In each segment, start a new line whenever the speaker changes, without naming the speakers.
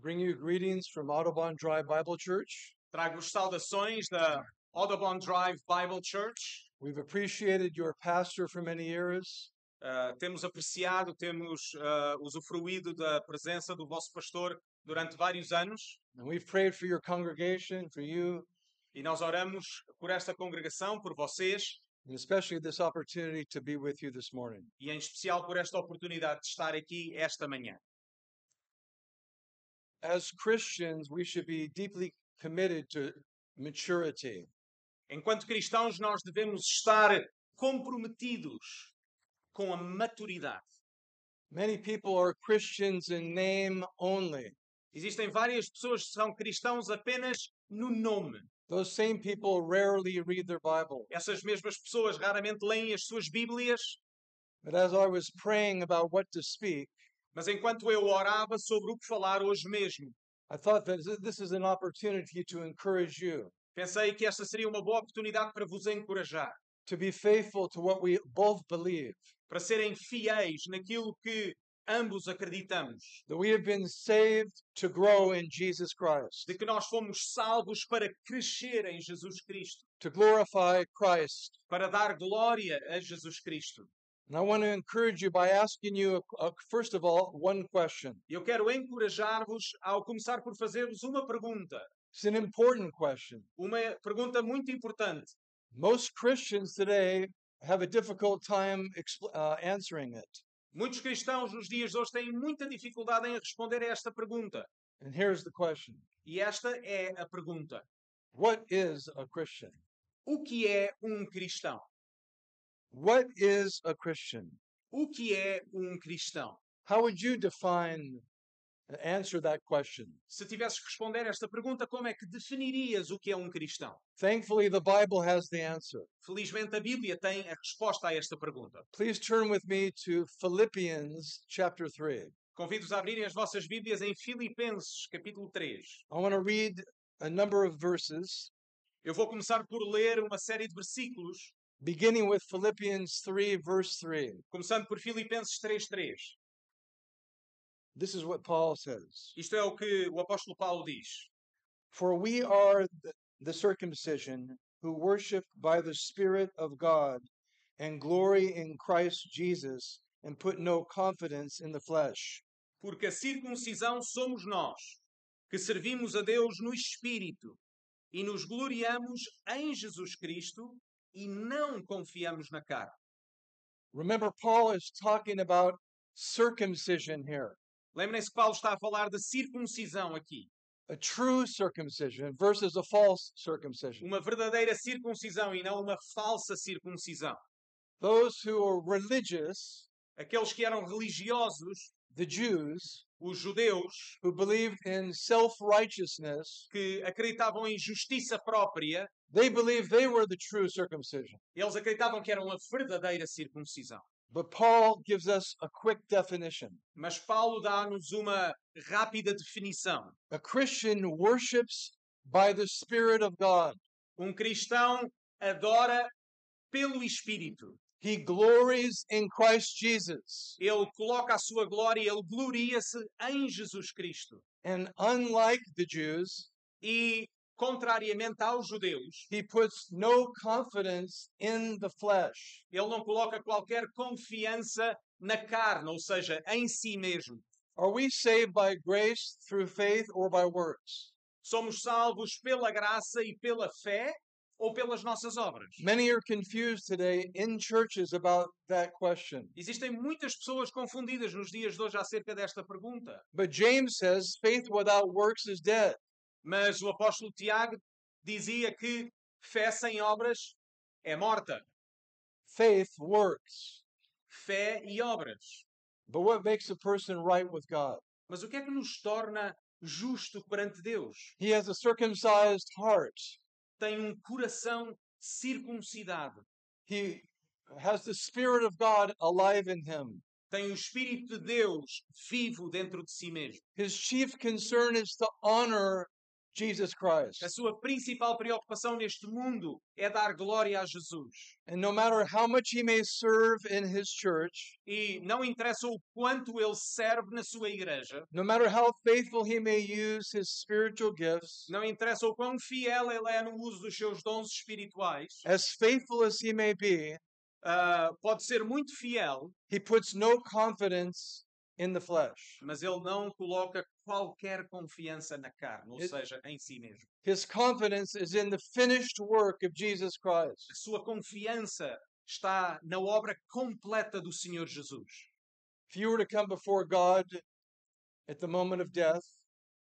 bring you greetings from Audubon Drive Bible Church.
Trago saudações da Audubon Drive Bible Church.
We've appreciated your pastor for many years.
Ah, temos apreciado, temos ah, usufruído da presença do vosso pastor durante vários anos
And we've prayed for your congregation, for you,
e nós oramos por esta congregação, por vocês
and especially this opportunity to be with you this morning.
e em especial por esta oportunidade de estar aqui esta manhã.
As Christians, we should be deeply committed to maturity.
Enquanto cristãos, nós devemos estar comprometidos com a maturidade.
Many people are Christians in name only.
Existem várias pessoas que são cristãos apenas no nome.
Those same people rarely read their Bible.
Essas mesmas pessoas raramente leem as suas Bíblias,
But as I was praying about what to speak,
mas enquanto eu orava sobre o que falar hoje mesmo,
I thought that this- this is an opportunity to encourage you
pensei que esta seria uma boa oportunidade para vos encorajar,
to be faithful to what we both believe
para serem fiéis naquilo que ambos acreditamos,
that we have been saved to grow in Jesus Christ,
de que nós fomos salvos para crescer em Jesus Cristo,
to glorify Christ.
para dar glória a Jesus Cristo.
And I want to encourage you by asking you, a, a, first of all, one question.
E Eu quero encorajar-vos ao começar por fazer-vos uma pergunta,
It's an important question.
uma pergunta muito importante.
Most Christians today have a difficult time expl- uh, answering it.
Muitos cristãos nos dias de hoje têm muita dificuldade em responder a esta pergunta.
And here's the question
E esta é a pergunta:
What is a Christian?
O que é um cristão?
What is a Christian?
O que é um cristão?
How would you define, answer that question?
Se tivesses que responder esta pergunta, como é que definirias o que é um cristão?
Thankfully, the Bible has the answer.
Felizmente a Bíblia tem a resposta a esta pergunta.
Please turn with me to Philippians chapter 3.
Convido-vos a abrirem as vossas Bíblias em Filipenses, capítulo 3.
I want to read a number of verses,
Eu vou começar por ler uma série de versículos,
beginning with Philippians 3, verse 3.
começando por Filipenses 3:3.
This is what Paul says
Isto é o que o apóstolo Paulo diz:
For we are th- the circumcision who worship by the Spirit of God and glory in Christ Jesus and put no confidence in the flesh.
Porque a circuncisão somos nós, que servimos a Deus no Espírito e nos gloriamos em Jesus Cristo e não confiamos na carne.
Remember, Paul is talking about circumcision here,
Lembrem-se que Paulo está a falar da circuncisão aqui,
a true circumcision versus a false circumcision.
uma verdadeira circuncisão e não uma falsa circuncisão.
Those who are religious,
Aqueles que eram religiosos,
the Jews,
os judeus,
who believed in self righteousness,
que acreditavam em justiça própria,
they believed they were the true circumcision.
eles acreditavam que eram a verdadeira circuncisão.
But Paul gives us a quick definition.
Mas Paulo dá-nos uma rápida definição.
A Christian worships by the Spirit of God,
Um cristão adora pelo Espírito.
he glories in Christ Jesus.
Ele coloca a sua glória, ele gloria-se em Jesus Cristo.
And unlike the Jews,
E, contrariamente aos judeus,
he puts no confidence in the flesh.
ele não coloca qualquer confiança na carne, ou seja, em si mesmo.
Are we saved by grace through faith or by works?
Somos salvos pela graça e pela fé ou pelas nossas obras?
Many are confused today in churches about that question.
Existem muitas pessoas confundidas nos dias de hoje acerca desta pergunta.
But James says faith without works is dead.
Mas o apóstolo Tiago dizia que fé sem obras é morta.
Faith works.
Fé e obras.
But what makes a person right with God?
Mas o que é que nos torna justo perante Deus?
He has a circumcised heart.
Tem um coração circuncidado.
He has the Spirit of God alive in him.
Tem o Espírito de Deus vivo dentro de si mesmo.
His chief concern is to honor Jesus Christ.
A sua principal preocupação neste mundo é dar glória a Jesus.
And no matter how much he may serve in his church,
E não interessa o quanto ele serve na sua igreja,
no matter how faithful he may use his spiritual gifts,
não interessa o quão fiel ele é no uso dos seus dons espirituais,
as faithful as he may be,
ah, pode ser muito fiel,
he puts no confidence in the flesh.
mas ele não coloca qualquer confiança na carne, ou
It-
seja, em si mesmo.
His confidence is in the finished work of Jesus Christ.
A sua confiança está na obra completa do Senhor Jesus.
If you were to come before God at the moment of death,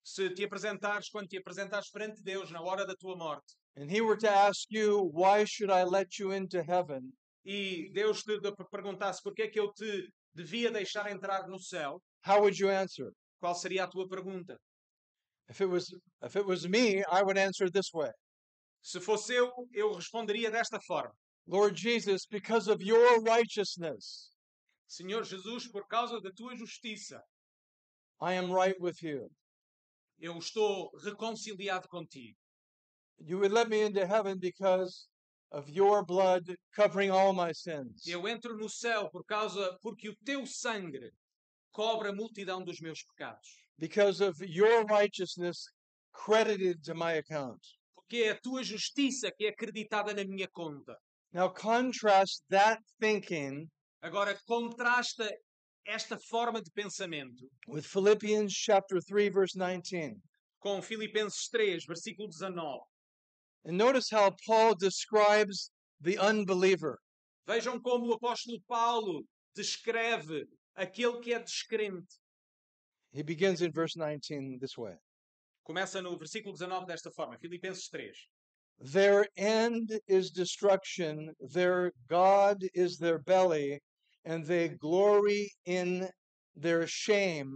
Se te apresentares, quando te apresentares perante Deus na hora da tua morte,
and he were to ask you, Why should I let you into heaven?
e Deus te te perguntasse porque é que eu te devia deixar entrar no céu,
How would you answer?
qual seria a tua pergunta?
If it was if it was me, I would answer this way.
Se fosse eu, eu responderia desta forma:
Lord Jesus, because of your righteousness,
Senhor Jesus, por causa da tua justiça,
I am right with you.
eu estou reconciliado contigo.
You would let me into heaven because of your blood covering all my sins.
Eu entro no céu por causa porque o teu sangue cobre a multidão dos meus pecados.
Because of your righteousness credited to my account.
Porque é a tua justiça que é acreditada na minha conta.
Now contrast that thinking
Agora contrasta esta forma de pensamento
with Philippians chapter 3 verse 19.
com Filipenses 3, versículo 19.
And notice how Paul describes the unbeliever.
Vejam como o apóstolo Paulo descreve aquele que é descrente.
He begins in verse 19 this way.
Começa no versículo 19 desta forma, Filipenses 3.
Their end is destruction, their God is their belly, and they glory in their shame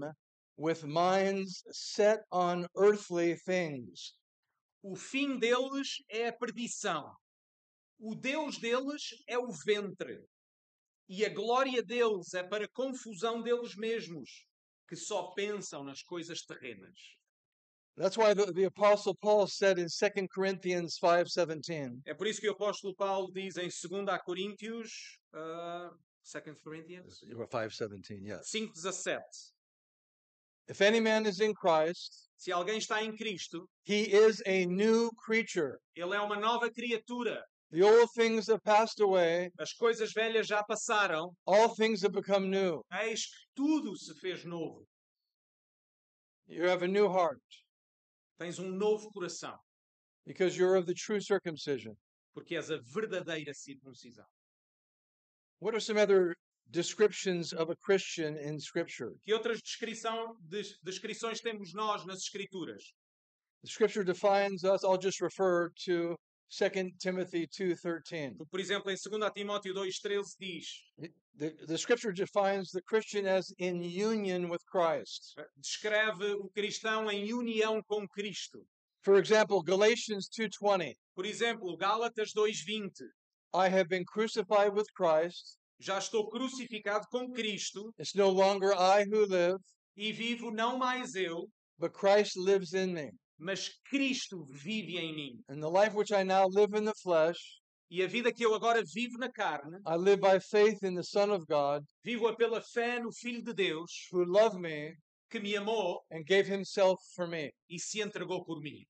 with minds set on earthly things.
O fim deles é a perdição. O Deus deles é o ventre. E a glória deles é para a confusão deles mesmos, que só pensam nas coisas terrenas.
That's why the, the apostle Paul said in 2 Corinthians 5:17,
É por isso que o apóstolo Paulo diz em 2 a Coríntios, ah, 2 Corinthians
5:17, yes.
5:17.
If any man is in Christ,
Se alguém está em Cristo,
he is a new creature.
ele é uma nova criatura.
The old things have passed away,
As coisas velhas já passaram,
all things have become new.
eis que tudo se fez novo.
You have a new heart
Tens um novo coração,
because you're of the true circumcision.
porque és a verdadeira circuncisão.
What are some other descriptions of a Christian in Scripture?
Que outras descrição, des- descrições temos nós nas Escrituras?
The Scripture defines us. I'll just refer to 2 Timothy 2:13.
Porque, por exemplo, em 2 Timóteo 2,13 diz,
The, the Scripture defines the Christian as in union with Christ.
descreve o cristão em união com Cristo.
For example, Galatians 2:20.
Por exemplo, Gálatas 2,20,
I have been crucified with Christ.
já estou crucificado com Cristo
It's no longer I who live,
e vivo não mais eu,
but Christ lives in me.
mas Cristo vive em mim.
And the life which I now live in the flesh,
E a vida que eu agora vivo na carne,
I live by faith in the Son of God,
vivo-a pela fé no Filho de Deus,
who loved me
que me amou
and gave himself for me.
e se entregou por mim.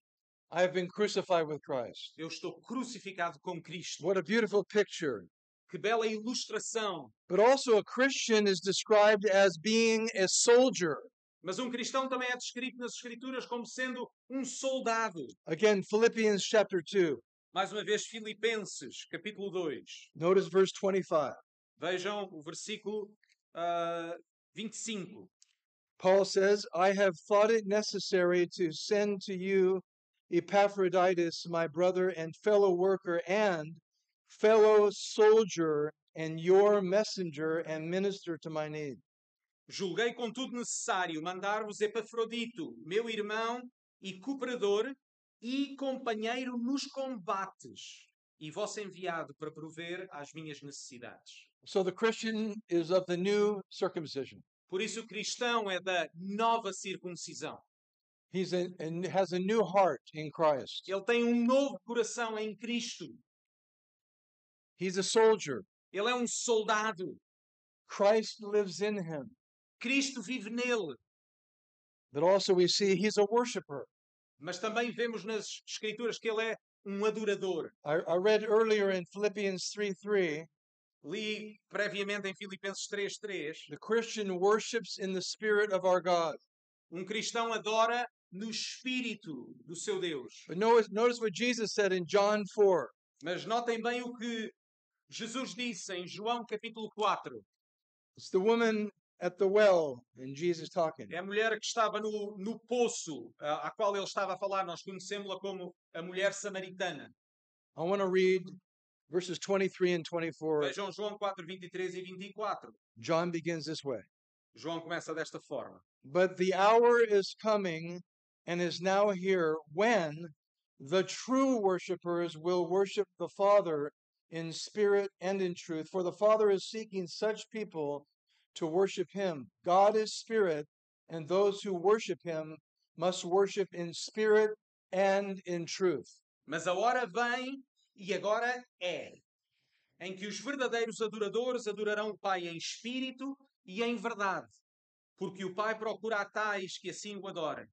I have been crucified with Christ.
Eu estou crucificado com Cristo.
What a beautiful picture.
Que bela ilustração!
But also, a Christian is described as being a soldier.
Mas um cristão também é descrito nas Escrituras como sendo um soldado.
Again, Philippians chapter 2.
Mais uma vez, Filipenses, capítulo 2.
Notice verse 25.
Vejam o versículo ah, 25.
Paul says, I have thought it necessary to send to you Epaphroditus, my brother and fellow worker, and fellow soldier, and your messenger and minister to my need.
Julguei, contudo, necessário mandar-vos Epafrodito, meu irmão e cooperador e companheiro nos combates, e vosso enviado para prover às minhas necessidades.
So the Christian is of the new circumcision.
Por isso, o cristão é da nova circuncisão.
He's a, and has a new heart in Christ.
Ele tem um novo coração em Cristo.
He's a soldier.
Ele é um soldado.
Christ lives in him.
Cristo vive nele.
But also we see he's a worshiper.
Mas também vemos nas Escrituras que ele é um adorador.
I, I read earlier in Philippians 3 3,
Li previamente em Filipenses 3.3,
the Christian worships in the spirit of our God.
um cristão adora no espírito do seu Deus.
But notice, notice what Jesus said in John 4
Mas notem bem o que Jesus disse em João capítulo 4.
it's the woman at the well, and Jesus talking.
É a mulher que estava no, no poço a, à qual ele estava a falar. Nós conhecemos-la como a mulher samaritana.
I want to read verses 23 and 24.
Vejam João 4, 23 e 24.
John begins this way.
João começa desta forma.
But the hour is coming and is now here when the true worshipers will worship the Father in spirit and in truth. For the Father is seeking such people to worship him. God is spirit, and those who worship him must worship in spirit and in truth.
Mas a hora vem e agora é, em que os verdadeiros adoradores adorarão o Pai em espírito e em verdade, porque o Pai procura a tais que assim o adorem.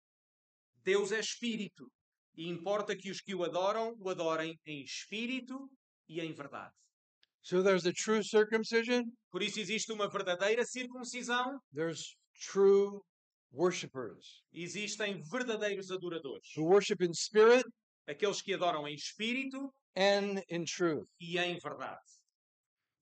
Deus é espírito e importa que os que o adoram o adorem em espírito e em verdade.
So there's the true circumcision,
Por isso existe uma verdadeira circuncisão,
there's true worshipers
existem verdadeiros adoradores,
who worship in spirit
aqueles que adoram em espírito
and in truth.
e em verdade.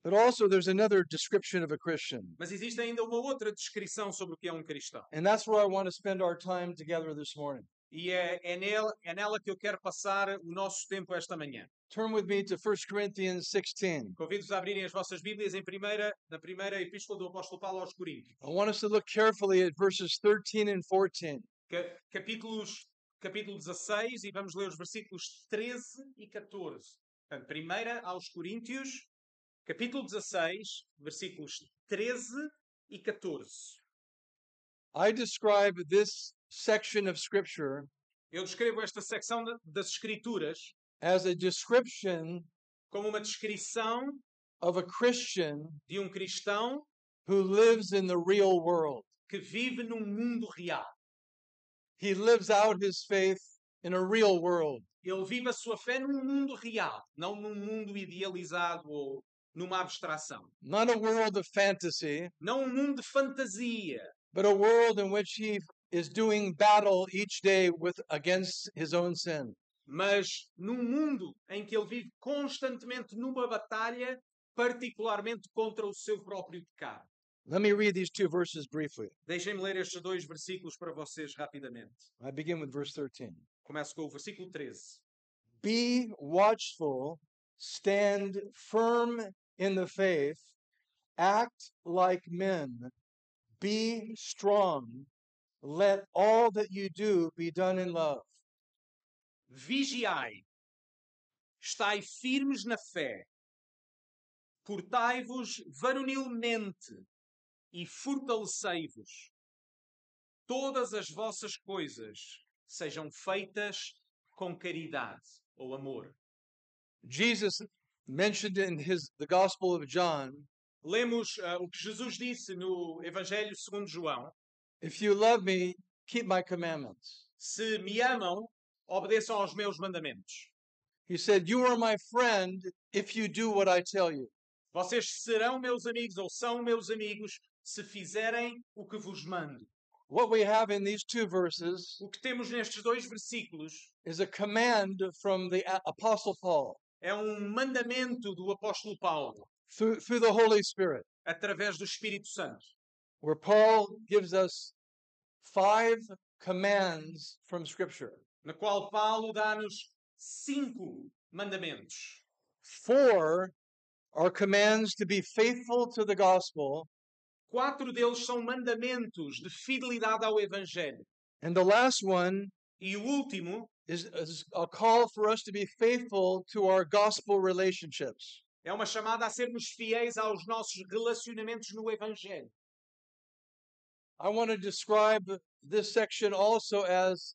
But also, there's another description of a Christian.
Mas existe ainda uma outra descrição sobre o que é um cristão.
And that's where I want to spend our time together this morning.
E é, é, nela, é nela que eu quero passar o nosso tempo esta manhã.
Turn with me to 1 Corinthians 16.
Convido-vos a abrirem as vossas Bíblias em primeira, na primeira Epístola do Apóstolo Paulo aos Coríntios,
I want us to look carefully at verses 13 and 14.
ca- capítulos, capítulo 16, e vamos ler os versículos 13 e 14. Portanto, primeira aos Coríntios, capítulo 16, versículos 13 e 14.
I describe this section of Scripture
Eu descrevo esta secção da- das Escrituras
as a description
como uma descrição
of a Christian
de um cristão
who lives in the real world.
que vive num mundo real.
He lives out his faith in a real world.
Ele vive a sua fé num mundo real, não num mundo idealizado ou numa abstração.
Not a world of fantasy,
Não um mundo de fantasia,
but a world in which he is doing battle each day with against his own sin.
mas num mundo em que ele vive constantemente numa batalha, particularmente contra o seu próprio pecado.
Let me read these two verses briefly.
Deixem-me ler estes dois versículos para vocês rapidamente.
I begin with verse 13.
Começo com o versículo 13.
Be watchful, stand firm in the faith, act like men, be strong, let all that you do be done in love.
Vigiai, estai firmes na fé, portai-vos varonilmente e fortalecei-vos. Todas as vossas coisas sejam feitas com caridade ou amor.
Jesus mentioned in his the Gospel of John,
Lemos ah, o que Jesus disse no Evangelho segundo João:
if you love me, keep my commandments.
Se me amam, obedeçam aos meus mandamentos.
He said, "You are my friend if you do what I tell you."
Vocês serão meus amigos ou são meus amigos se fizerem o que vos mando.
What we have in these two verses
O que temos nestes dois versículos
is a command from the a- apostle Paul
é um mandamento do apóstolo Paulo,
through through the Holy Spirit.
através do Espírito Santo,
where Paul gives us five commands from Scripture.
na qual Paulo dá-nos cinco mandamentos.
Four are commands to be faithful to the gospel,
Quatro deles são mandamentos de fidelidade ao Evangelho.
and the last one
E o último
is, is a call for us to be faithful to our gospel relationships.
é uma chamada a sermos fiéis aos nossos relacionamentos no Evangelho.
I want to describe this section also as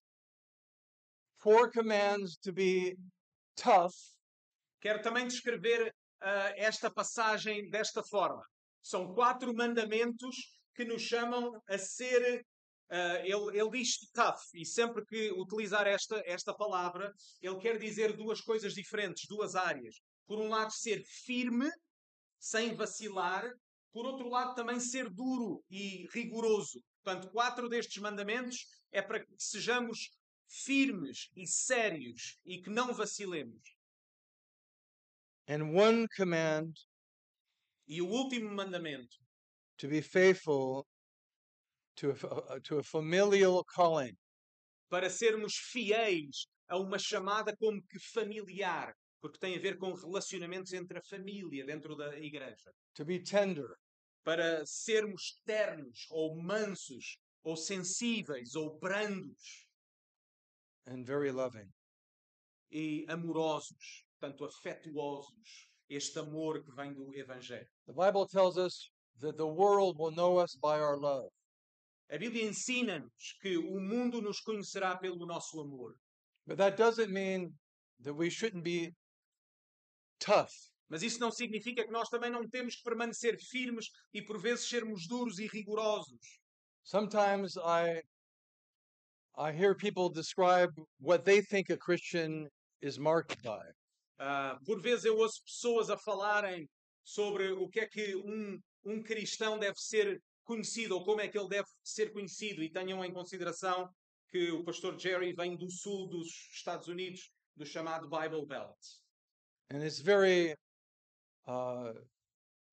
four commands to be tough,
Quero também descrever ah, esta passagem desta forma. São quatro mandamentos que nos chamam a ser. ah, ele, ele diz tough, e sempre que utilizar esta, esta palavra, ele quer dizer duas coisas diferentes, duas áreas. Por um lado, ser firme, sem vacilar. Por outro lado, também ser duro e rigoroso. Portanto, quatro destes mandamentos é para que sejamos firmes e sérios e que não vacilemos.
and one command
E o último mandamento,
to be faithful to a, fa- to a familial calling.
para sermos fiéis a uma chamada como que familiar, porque tem a ver com relacionamentos entre a família dentro da igreja,
to be tender,
para sermos ternos ou mansos ou sensíveis ou brandos
and very loving.
e amorosos, tanto afetuosos, este amor que vem do evangelho.
The Bible tells us that the world will know us by our love.
A Bíblia ensina-nos que o mundo nos conhecerá pelo nosso amor,
But that doesn't mean that we shouldn't be tough.
Mas isso não significa que nós também não temos que permanecer firmes e por vezes sermos duros e rigorosos.
Sometimes I I hear people describe what they think a Christian is marked by.
Ah, por vezes eu ouço pessoas a falarem sobre o que é que um, um cristão deve ser conhecido ou como é que ele deve ser conhecido. E tenham em consideração que o pastor Jerry vem do sul dos Estados Unidos, do chamado Bible Belt.
And it's very uh,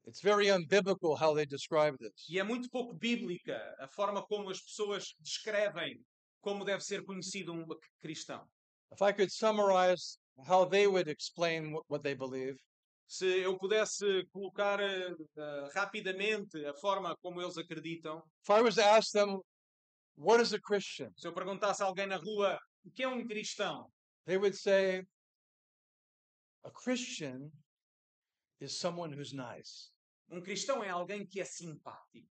it's very unbiblical how they describe this.
E é muito pouco bíblica a forma como as pessoas descrevem como deve ser conhecido um cristão.
If I could summarize how they would explain wh- what they believe,
se eu pudesse colocar eh, eh, rapidamente a forma como eles acreditam,
if I was to ask them, what is a Christian?
se eu perguntasse a alguém na rua o que é um cristão,
They would say, a Christian is someone who's nice.
um cristão é alguém que é simpático.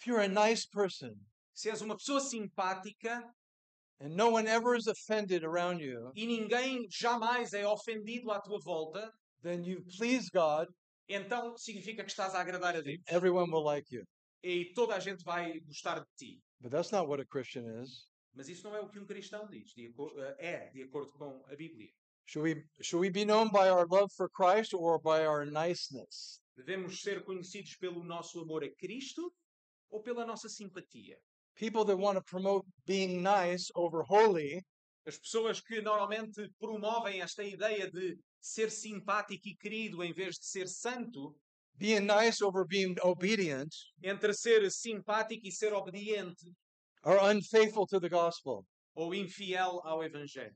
If you're a nice person
Se és uma pessoa simpática
and no one ever is offended around you,
e ninguém jamais é ofendido à tua volta,
then you please God,
então significa que estás a agradar a Deus eh,
everyone will like you.
e toda a gente vai gostar de ti.
But that's not what a Christian is.
Mas isso não é o que um cristão diz, de acor- eh, é de acordo com a Bíblia.
Should we, should we be known by our love for Christ or by our niceness?
Devemos ser conhecidos pelo nosso amor a Cristo ou pela nossa simpatia?
People that want to promote being nice over holy
As pessoas que normalmente promovem esta ideia de ser simpático e querido em vez de ser santo,
being nice over being obedient
entre ser simpático e ser obediente
are unfaithful to the gospel.
ou infiel ao Evangelho.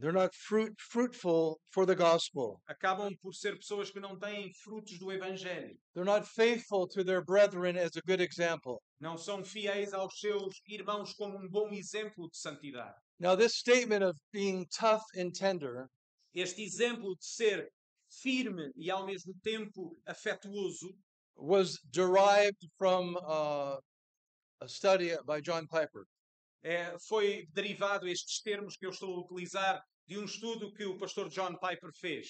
They're not fruit, fruitful for the gospel.
Acabam por ser pessoas que não têm frutos do Evangelho,
They're not faithful to their brethren as a good example.
não são fiéis aos seus irmãos como um bom exemplo de santidade.
Now, this statement of being tough and tender
Este exemplo de ser firme e ao mesmo tempo afetuoso
was derived from uh, a study by John Piper.
eh, foi derivado estes termos que eu estou a utilizar de um estudo que o pastor John Piper fez.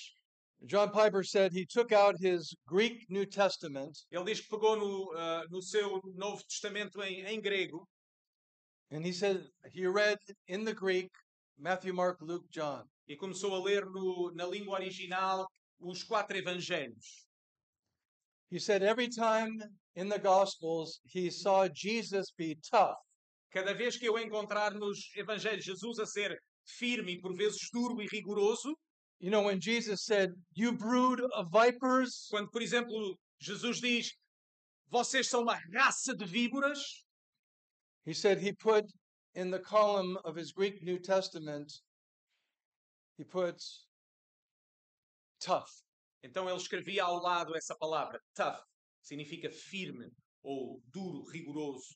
John Piper said he took out his Greek New Testament
Ele diz que pegou no, ah, no seu Novo Testamento em, em grego
and he said he read in the Greek Matthew, Mark, Luke, John.
e começou a ler no- na língua original os quatro evangelhos.
He said every time in the Gospels he saw Jesus be tough,
Cada vez que eu encontrar nos evangelhos Jesus a ser firme e por vezes duro e rigoroso,
you know, when Jesus said, You brood of vipers,
quando, por exemplo, Jesus diz: Vocês são uma raça de víboras,
He said he put in the column of his Greek New Testament, he put tough.
então ele escrevia ao lado essa palavra, tough, significa firme ou duro, rigoroso.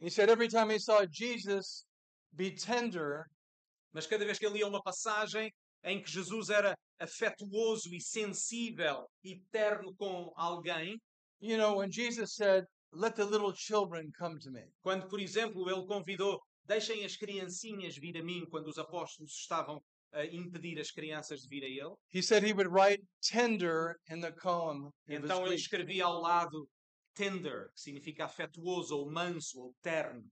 He said every time he saw Jesus be tender,
Mas cada vez que ele lia uma passagem em que Jesus era afetuoso e sensível e terno com alguém,
you know, when Jesus said, Let the little children come to me,
quando, por exemplo, ele convidou Deixem as criancinhas vir a mim quando os apóstolos estavam a impedir as crianças de vir a ele.
He said he would write tender in the column of his
Então ele
creed.
escrevia ao lado tender, que significa afetuoso ou manso ou terno.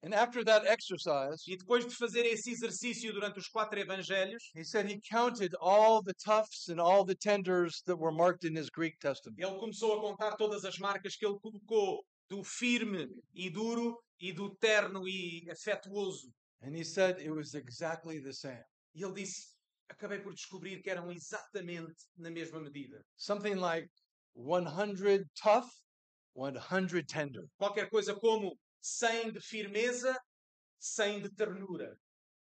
And after that exercise,
E depois de fazer esse exercício durante os quatro evangelhos,
he said he counted all the tufts and all the tenders that were marked in his Greek testament.
ele começou a contar todas as marcas que ele colocou do firme e duro e do terno e afetuoso.
And he said it was exactly the same.
E ele disse: Acabei por descobrir que eram exatamente na mesma medida.
Something like 100 tough, 100 tender.
Qualquer coisa como 100 de firmeza, 100 de ternura.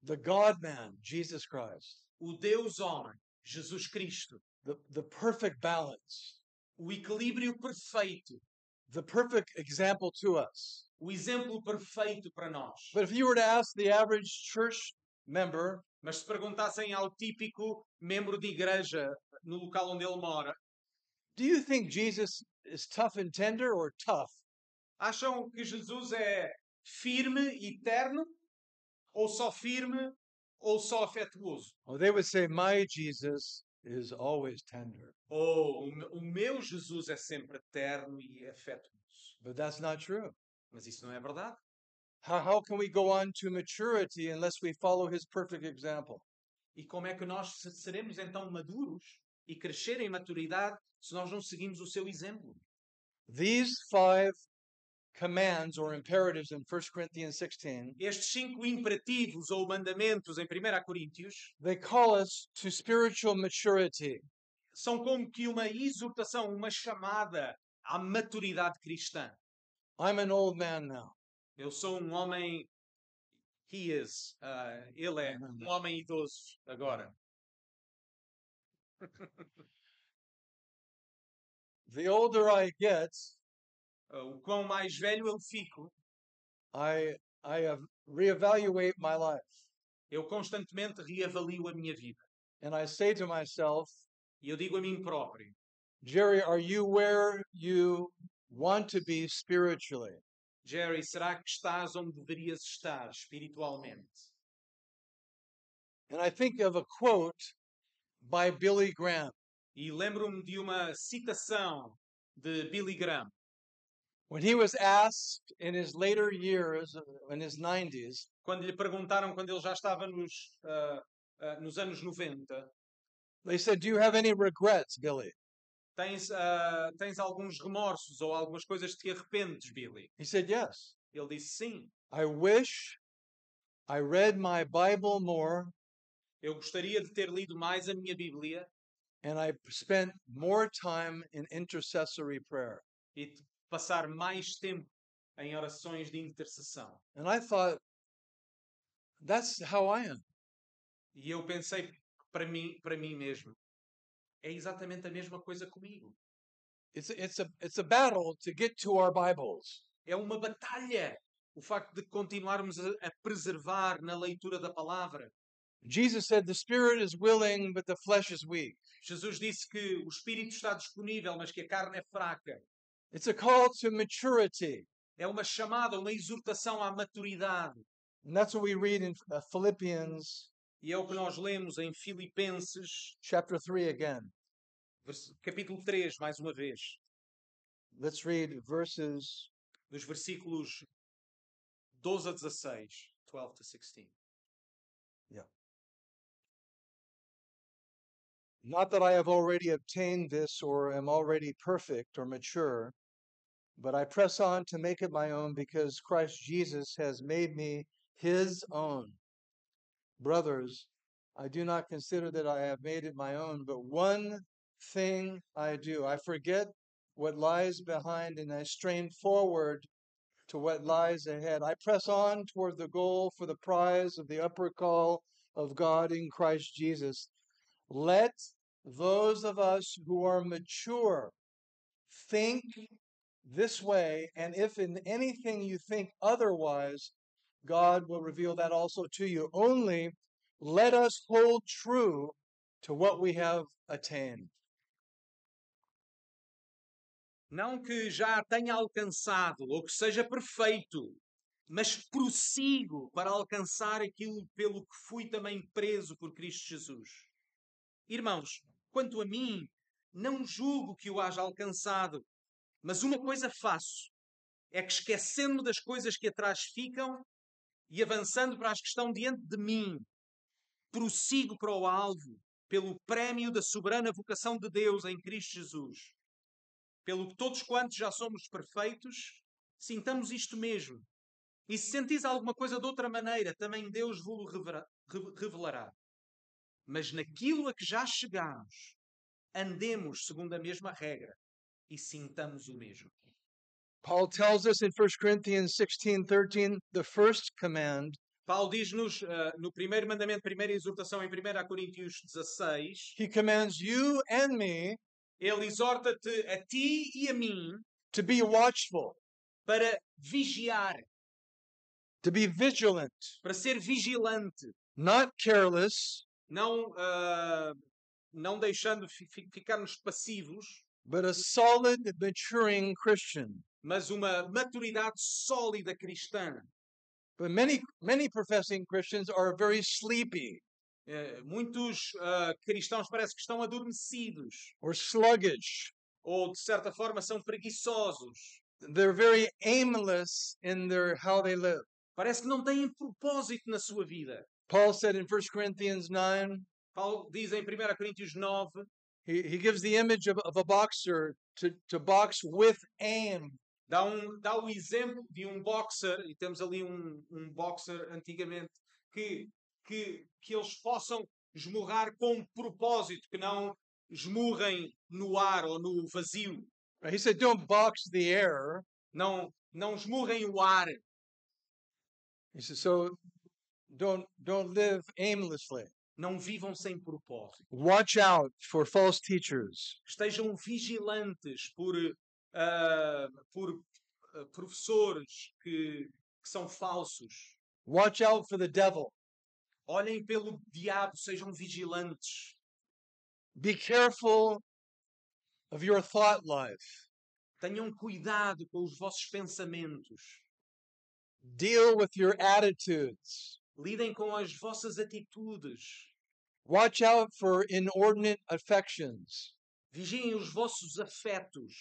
The God man, Jesus Christ,
O Deus homem, Jesus Cristo,
the, the perfect balance,
o equilíbrio perfeito,
the perfect example to us.
o exemplo perfeito para nós.
But if you were to ask the average church member,
Mas se perguntassem ao típico membro de igreja no local onde ele mora,
do you think Jesus is tough and tender or tough?
acham que Jesus é firme e terno? Ou só firme ou só afetuoso?
Oh, they would say, My Jesus is always tender.
Ou "O me- o meu Jesus é sempre terno e afetuoso?
But that's not true.
Mas isso não é verdade.
How, how can we go on to maturity unless we follow his perfect example?
E como é que nós se- seremos então maduros e crescer em maturidade se nós não seguimos o seu exemplo?
These five commands or imperatives in 1 Corinthians 16,
Estes cinco imperativos ou mandamentos em 1 Coríntios
they call us to spiritual maturity.
são como que uma exortação, uma chamada à maturidade cristã.
I'm an old man now.
Eu sou um homem. He is. ah, ele é um homem idoso agora.
The older I get,
Ah, o quão mais velho eu fico,
I I have reevaluate my life
eu constantemente reavalio a minha vida.
and I say to myself,
E eu digo a mim próprio:
Jerry, are you where you want to be spiritually?
Jerry, será que estás onde deverias estar espiritualmente?
And I think of a quote by Billy Graham.
E lembro-me de uma citação de Billy Graham.
When he was asked in his later years, uh, in his 90s,
Quando lhe perguntaram, quando ele já estava nos, ah, ah, nos anos 90,
they said, Do you have any regrets, Billy?
Tens, ah, tens alguns remorsos ou algumas coisas de que arrependes, Billy?
He said, Yes.
Ele disse sim.
I wish I read my Bible more
Eu gostaria de ter lido mais a minha Bíblia
and I spent more time in intercessory prayer.
e de passar mais tempo em orações de intercessão.
And I thought, That's how I am.
E eu pensei para mim, para mim mesmo, é exatamente a mesma coisa comigo.
It's, a- it's, a, it's a battle to get to our Bibles.
É uma batalha o facto de continuarmos a, a preservar na leitura da palavra.
Jesus said, The spirit is willing, but the flesh is weak.
Jesus disse que o espírito está disponível, mas que a carne é fraca.
It's a call to maturity.
É uma chamada, uma exortação à maturidade.
And that's what we read in uh, Philippians
E é o que nós lemos em Filipenses,
chapter 3 again.
vers- capítulo 3, mais uma vez,
Let's read verses
dos versículos 12 a 16. 12 to 16.
Not that I have already obtained this or am already perfect or mature, but I press on to make it my own because Christ Jesus has made me his own. Brothers, I do not consider that I have made it my own, but one thing I do I forget what lies behind and I strain forward to what lies ahead. I press on toward the goal for the prize of the upper call of God in Christ Jesus. Let those of us who are mature think this way, and if in anything you think otherwise, God will reveal that also to you. Only let us hold true to what we have attained.
Não que já tenha alcançado ou que seja perfeito, mas prossigo para alcançar aquilo pelo que fui também preso por Cristo Jesus. Irmãos, quanto a mim, não julgo que o haja alcançado, mas uma coisa faço: é que esquecendo das coisas que atrás ficam e avançando para as que estão diante de mim, prossigo para o alvo, pelo prémio da soberana vocação de Deus em Cristo Jesus. Pelo que todos quantos já somos perfeitos, sintamos isto mesmo. E se sentis alguma coisa de outra maneira, também Deus vos revelará. Mas naquilo a que já chegamos, andemos segundo a mesma regra e sintamos o mesmo.
Paul tells us in 1 Corinthians 16 13, the first command,
Paulo diz-nos ah, no primeiro mandamento, primeira exortação em 1 Coríntios 16,
he commands you and me
ele exorta-te a ti e a mim
to be watchful,
para vigiar,
to be vigilant,
para ser vigilante,
not careless,
não, ah, não deixando fi- fi- ficarmos passivos,
but a solid, maturing Christian.
mas uma maturidade sólida cristã.
But many, many professing Christians are very sleepy
Eh, muitos ah, cristãos parece que estão adormecidos
or sluggish.
ou de certa forma são preguiçosos.
They're very aimless in their how they live.
Parece que não têm propósito na sua vida.
Paul said in 1 Corinthians 9,
Paulo diz em 1 Coríntios 9,
he, he gives the image of, of a boxer to, to box with aim.
dá, um, dá o exemplo de um boxer, e temos ali um, um boxer antigamente, que, que, que eles possam esmurrar com um propósito, que não esmurrem no ar ou no vazio.
Right? He said, don't box the air.
Não, não esmurrem o ar.
He said, so don't, don't live aimlessly.
Não vivam sem propósito.
Watch out for false teachers.
estejam vigilantes por, ah, por ah, professores que, que são falsos.
Watch out for the devil.
Olhem pelo diabo, sejam vigilantes.
Be careful of your thought life.
Tenham cuidado com os vossos pensamentos.
Deal with your attitudes.
Lidem com as vossas atitudes.
Watch out for inordinate affections.
Vigiem os vossos afetos.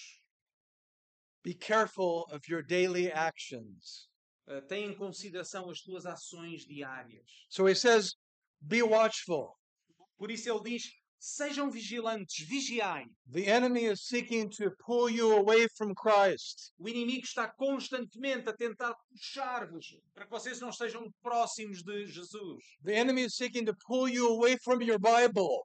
Be careful of your daily actions.
Ah, tenham em consideração as tuas ações diárias.
So he says, be watchful.
Por isso ele diz: sejam vigilantes, vigiai.
The enemy is seeking to pull you away from Christ.
O inimigo está constantemente a tentar puxar-vos para que vocês não estejam próximos de Jesus.
The enemy is seeking to pull you away from your Bible.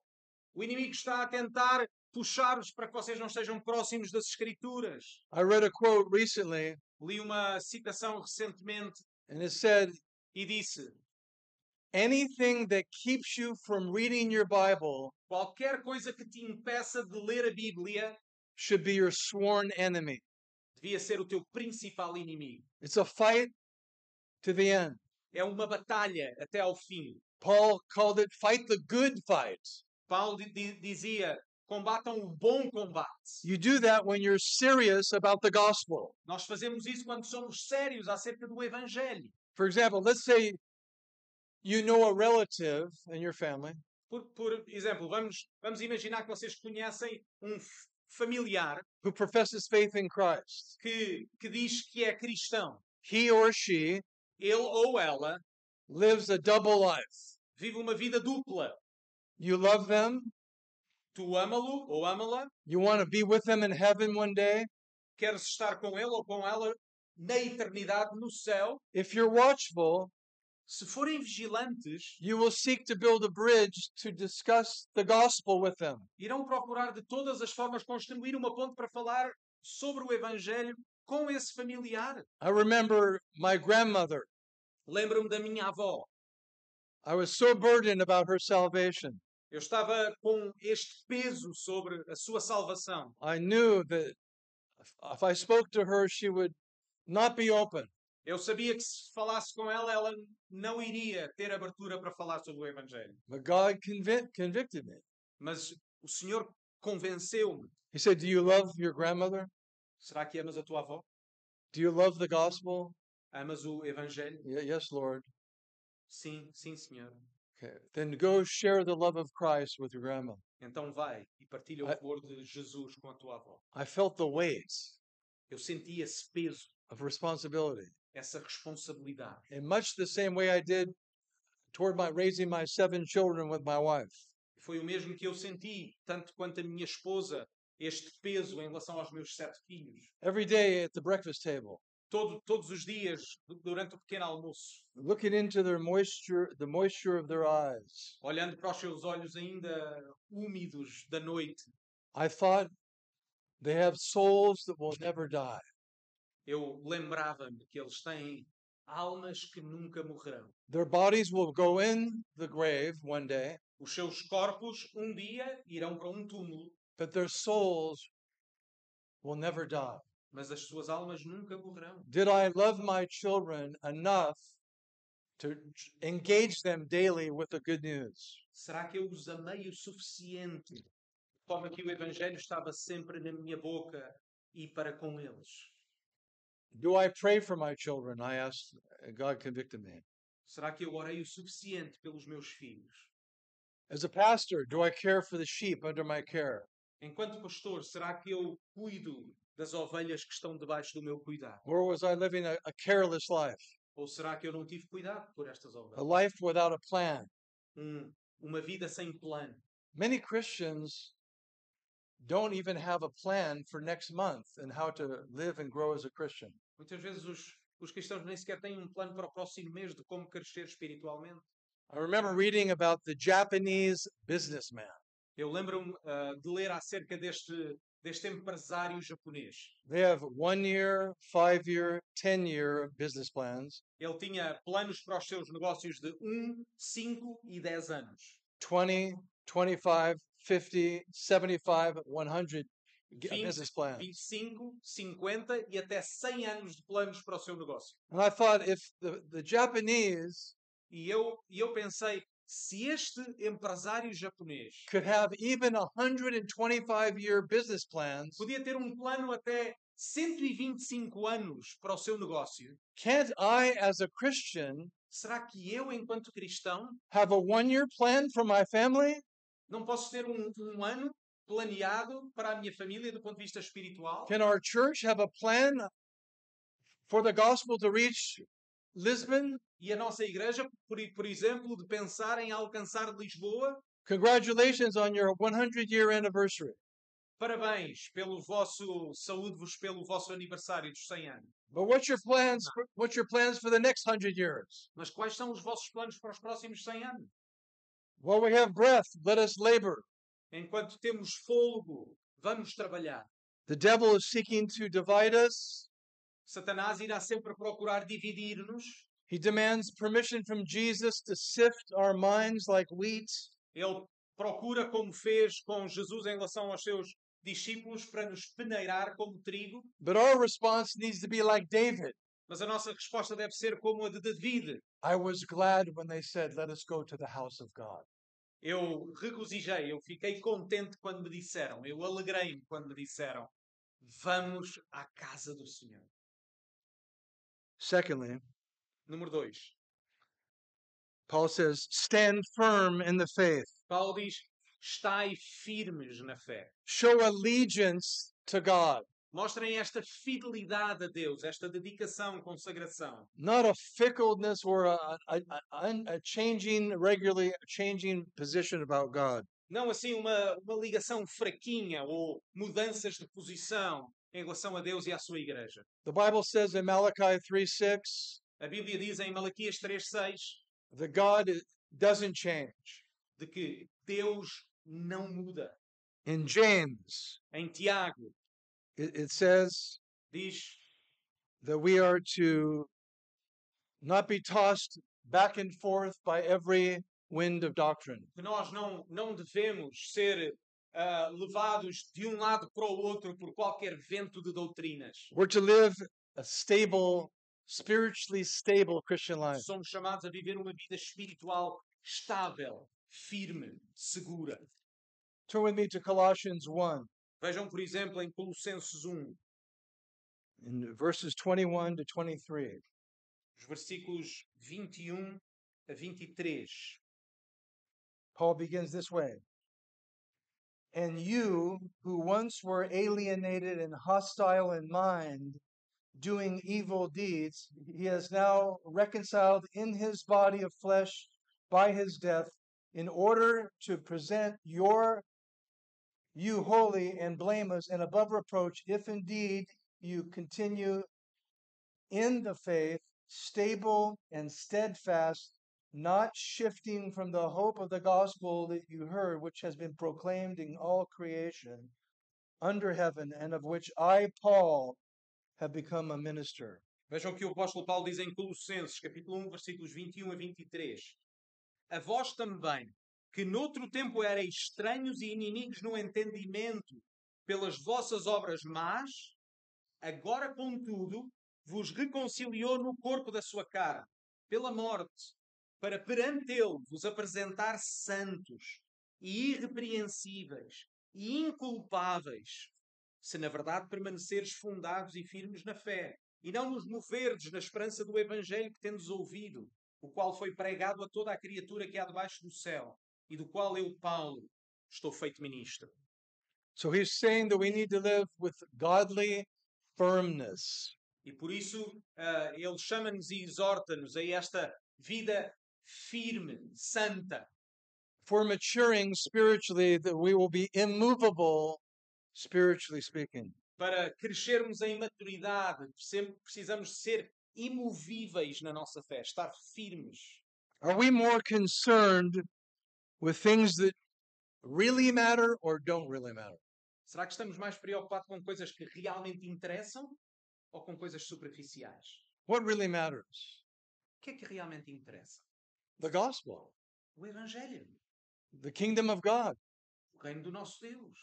O inimigo está a tentar puxar-vos para que vocês não estejam próximos das Escrituras.
I read a quote recently,
Li uma citação recentemente
and it said,
e disse:
Anything that keeps you from reading your Bible
qualquer coisa que te impeça de ler a Bíblia
should be your sworn enemy.
devia ser o teu principal inimigo.
It's a fight to the end.
É uma batalha até ao fim.
Paul called it fight the good fight.
Paulo di- di- dizia: combatam o bom combate.
You do that when you're serious about the gospel.
Nós fazemos isso quando somos sérios acerca do Evangelho.
For example, let's say you know a relative in your family
Por, por exemplo, vamos, vamos imaginar que vocês conhecem um f- familiar
who professes faith in Christ.
que, que diz que é cristão.
He or she
Ele ou ela
lives a double life.
vive uma vida dupla.
You love them,
Tu ama-lo ou ama-la,
you want to be with them in heaven one day.
queres estar com ele ou com ela na eternidade, no céu.
If you're watchful,
Se forem vigilantes,
you will seek to build a bridge to discuss the gospel with them.
irão procurar de todas as formas construir uma ponte para falar sobre o Evangelho com esse familiar.
I remember my grandmother.
Lembro-me da minha avó.
I was so burdened about her salvation.
Eu estava com este peso sobre a sua salvação.
I knew that if- if I spoke to her, she would not be open.
Eu sabia que se falasse com ela, ela não iria ter abertura para falar sobre o Evangelho.
But God convic- convicted me.
Mas o Senhor convenceu-me.
He said, Do you love your grandmother?
Será que amas a tua avó?
Do you love the gospel?
Amas o Evangelho?
Ye- yes, Lord.
Sim, sim, Senhor.
Okay. Then go share the love of Christ with your grandma.
Então vai e partilha o
Ah.
amor de Jesus com a tua avó.
I felt the weight
Eu senti esse peso,
of responsibility
essa responsabilidade.
in much the same way I did toward my raising my seven children with my wife.
Foi o mesmo que eu senti, tanto quanto a minha esposa, este peso em relação aos meus sete filhos.
Every day at the breakfast table,
Todo, todos os dias, du- durante o pequeno almoço,
looking into their moisture, the moisture of their eyes,
olhando para os seus olhos ainda úmidos da noite,
I thought they have souls that will never die.
eu lembrava-me que eles têm almas que nunca morrerão.
Their bodies will go in the grave one day,
Os seus corpos um dia irão para um túmulo,
but their souls will never die.
mas as suas almas nunca morrerão.
Did I love my children enough to engage them daily with the good news?
Será que eu os amei o suficiente? De forma que o Evangelho estava sempre na minha boca e para com eles.
Do I pray for my children? I asked, God convicted me.
Será que eu orei o suficiente pelos meus filhos?
As a pastor, do I care for the sheep under my care?
Enquanto pastor, será que eu cuido das ovelhas que estão debaixo do meu cuidado?
Or was I living a, a careless life,
Ou será que eu não tive cuidado por estas
a
ovelhas?
life without a plan?
Um- uma vida sem plano.
Many Christians don't even have a plan for next month and how to live and grow as a Christian.
Muitas vezes os, os cristãos nem sequer têm um plano para o próximo mês de como crescer espiritualmente.
I remember reading about the Japanese businessman.
Eu lembro-me ah, de ler acerca deste, deste empresário japonês.
They have one year, five year, 10 year business plans,
Ele tinha planos para os seus negócios de 1, 5 e 10 anos.
20, 25, 50, 75, 100 g- uh,
Fim-
business plans.
25, 50 e até 100 anos de planos para o seu negócio.
And I thought if the, the Japanese
E eu, e eu pensei, se este empresário japonês
could have even 125 year business plans,
podia ter um plano até 125 anos para o seu negócio,
can't I, as a Christian,
será que eu, enquanto cristão,
have a one year plan for my family?
não posso ter um, um ano planeado para a minha família do ponto de vista espiritual?
Can our church have a plan for the gospel to reach Lisbon?
E a nossa igreja, por, por exemplo, de pensar em alcançar Lisboa?
Congratulations on your 100 year anniversary.
Parabéns pelo vosso saúde-vos pelo vosso aniversário dos 100 anos.
But what's your plans? For, what's your plans for the next 100 years?
Mas quais são os vossos planos para os próximos 100 anos?
While we have breath, let us labor.
Enquanto temos fôlego, vamos trabalhar.
The devil is seeking to divide us.
Satanás irá sempre procurar dividir-nos.
He demands permission from Jesus to sift our minds like wheat.
Ele procura, como fez com Jesus em relação aos seus discípulos, para nos peneirar como trigo.
But our response needs to be like David.
Mas a nossa resposta deve ser como a de David.
I was glad when they said, Let us go to the house of God.
Eu regozijei, eu fiquei contente quando me disseram, eu alegrei-me quando me disseram, vamos à casa do Senhor.
Secondly,
Número 2.
Paul says, Stand firm in the faith,
Paulo diz, estai firmes na fé.
show allegiance to God,
Mostrem esta fidelidade a Deus, esta dedicação, consagração.
not a fickleness or a, a, a, un- a changing, regularly changing position about God.
Não assim uma, uma ligação fraquinha ou mudanças de posição em relação a Deus e à sua igreja.
The Bible says in Malachi 3 6
A Bíblia diz em Malaquias 3.6
that God i- doesn't change.
de que Deus não muda.
In James,
Em Tiago
it, it says
diz
that we are to not be tossed back and forth by every wind of doctrine.
que nós não, não devemos ser ah, levados de um lado para o outro por qualquer vento de doutrinas.
We're to live a stable, spiritually stable Christian life.
Somos chamados a viver uma vida espiritual estável, firme, segura.
Turn with me to Colossians 1
Vejam, por um, exemplo, em Colossenses 1,
in verses 21 to 23.
os versículos 21 a 23.
Paul begins this way And you, who once were alienated and hostile in mind, doing evil deeds, he has now reconciled in his body of flesh by his death, in order to present your you holy and blameless and above reproach, if indeed you continue in the faith, stable and steadfast, not shifting from the hope of the gospel that you heard, which has been proclaimed in all creation under heaven, and of which I, Paul, have become a minister.
Vejam o que o apóstolo Paulo diz em Colossenses, capítulo 1, versículos 21 a 23. A vós também, que noutro tempo erais estranhos e inimigos no entendimento pelas vossas obras más, agora, contudo, vos reconciliou no corpo da sua carne, pela morte, para perante ele vos apresentar santos e irrepreensíveis e inculpáveis, se na verdade permaneceres fundados e firmes na fé, e não nos moverdes na esperança do evangelho que tendes ouvido, o qual foi pregado a toda a criatura que há debaixo do céu, e do qual eu, Paulo, estou feito ministro.
So he's saying that we need to live with godly firmness.
E por isso ah, ele chama-nos e exorta-nos a esta vida firme, santa,
For maturing spiritually, that we will be immovable, spiritually speaking.
para crescermos em maturidade. Sempre precisamos ser imovíveis na nossa fé, estar firmes.
Are we more concerned with things that really matter or don't really matter?
Será que estamos mais preocupados com coisas que realmente interessam ou com coisas superficiais?
What really matters?
O que é que realmente interessa?
The gospel,
O Evangelho,
the kingdom of God,
o reino do nosso Deus,